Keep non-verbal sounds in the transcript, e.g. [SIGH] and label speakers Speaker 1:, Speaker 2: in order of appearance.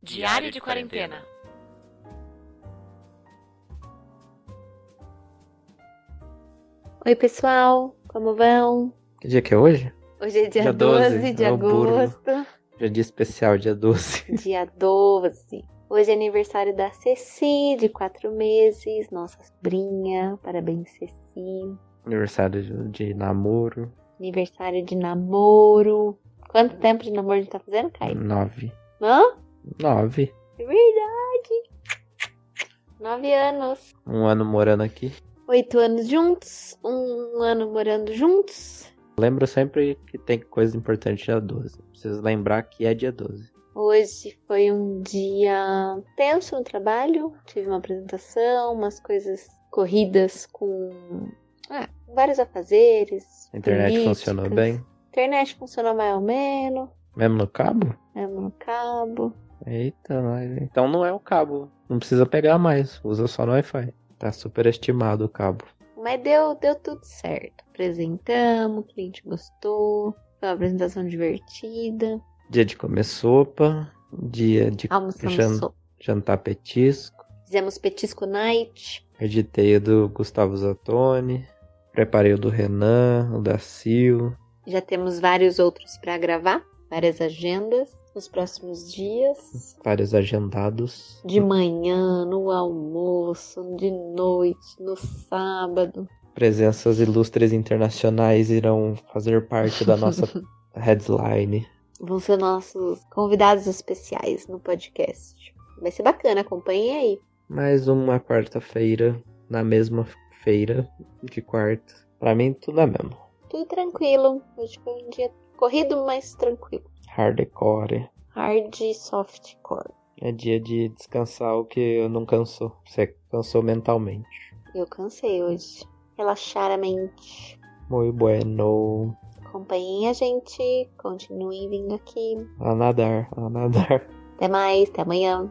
Speaker 1: Diário de quarentena.
Speaker 2: Oi, pessoal, como vão?
Speaker 3: Que dia que é hoje?
Speaker 2: Hoje é dia,
Speaker 3: Dia
Speaker 2: 12,
Speaker 3: 12,
Speaker 2: de
Speaker 3: é o burro.
Speaker 2: agosto.
Speaker 3: Hoje é dia especial, dia 12.
Speaker 2: Dia 12. Hoje é aniversário da Ceci, de quatro meses, nossa sobrinha. Parabéns, Ceci.
Speaker 3: [LAUGHS] Aniversário de, de namoro.
Speaker 2: Aniversário de namoro. Quanto tempo de namoro a gente tá fazendo, Caio?
Speaker 3: Nove.
Speaker 2: Hã?
Speaker 3: Nove.
Speaker 2: Verdade! Nove anos.
Speaker 3: Um ano morando aqui.
Speaker 2: Oito anos juntos. Um ano morando juntos.
Speaker 3: Lembro sempre que tem coisa importante dia 12. Preciso lembrar que é dia 12.
Speaker 2: Hoje foi um dia tenso no trabalho. Tive uma apresentação, umas coisas corridas com ah, vários afazeres.
Speaker 3: A internet
Speaker 2: políticas.
Speaker 3: funcionou bem.
Speaker 2: Internet funcionou mais ou menos, né,
Speaker 3: Mesmo no cabo?
Speaker 2: mesmo no cabo.
Speaker 3: Eita, nós, hein? então não é o cabo. Não precisa pegar mais. Usa só no Wi-Fi. Tá superestimado o cabo.
Speaker 2: Mas deu, deu tudo certo. Apresentamos, o cliente gostou. Foi uma apresentação divertida.
Speaker 3: Dia de comer sopa. Dia de
Speaker 2: Almoçamos
Speaker 3: Jan-
Speaker 2: sopa.
Speaker 3: jantar petisco.
Speaker 2: Fizemos petisco night.
Speaker 3: Editei o do Gustavo Zatoni. Preparei o do Renan, o da Sil.
Speaker 2: Já temos vários outros para gravar, várias agendas nos próximos dias.
Speaker 3: vários agendados.
Speaker 2: De manhã, no almoço, de noite, no sábado.
Speaker 3: Presenças ilustres internacionais irão fazer parte da nossa headline.
Speaker 2: Vão ser nossos convidados especiais no podcast. Vai ser bacana, acompanhem aí.
Speaker 3: Mais uma quarta-feira, na mesma feira de quarta. Pra mim, tudo é mesmo.
Speaker 2: Tudo tranquilo. Hoje foi um dia corrido, mas tranquilo.
Speaker 3: Hardcore.
Speaker 2: Hard e softcore.
Speaker 3: É dia de descansar o que eu não cansou. Você cansou mentalmente.
Speaker 2: Eu cansei hoje. Relaxar a mente.
Speaker 3: Muito bueno.
Speaker 2: Acompanhem a gente. Continuem vindo aqui.
Speaker 3: A nadar, a nadar.
Speaker 2: Até mais, até amanhã.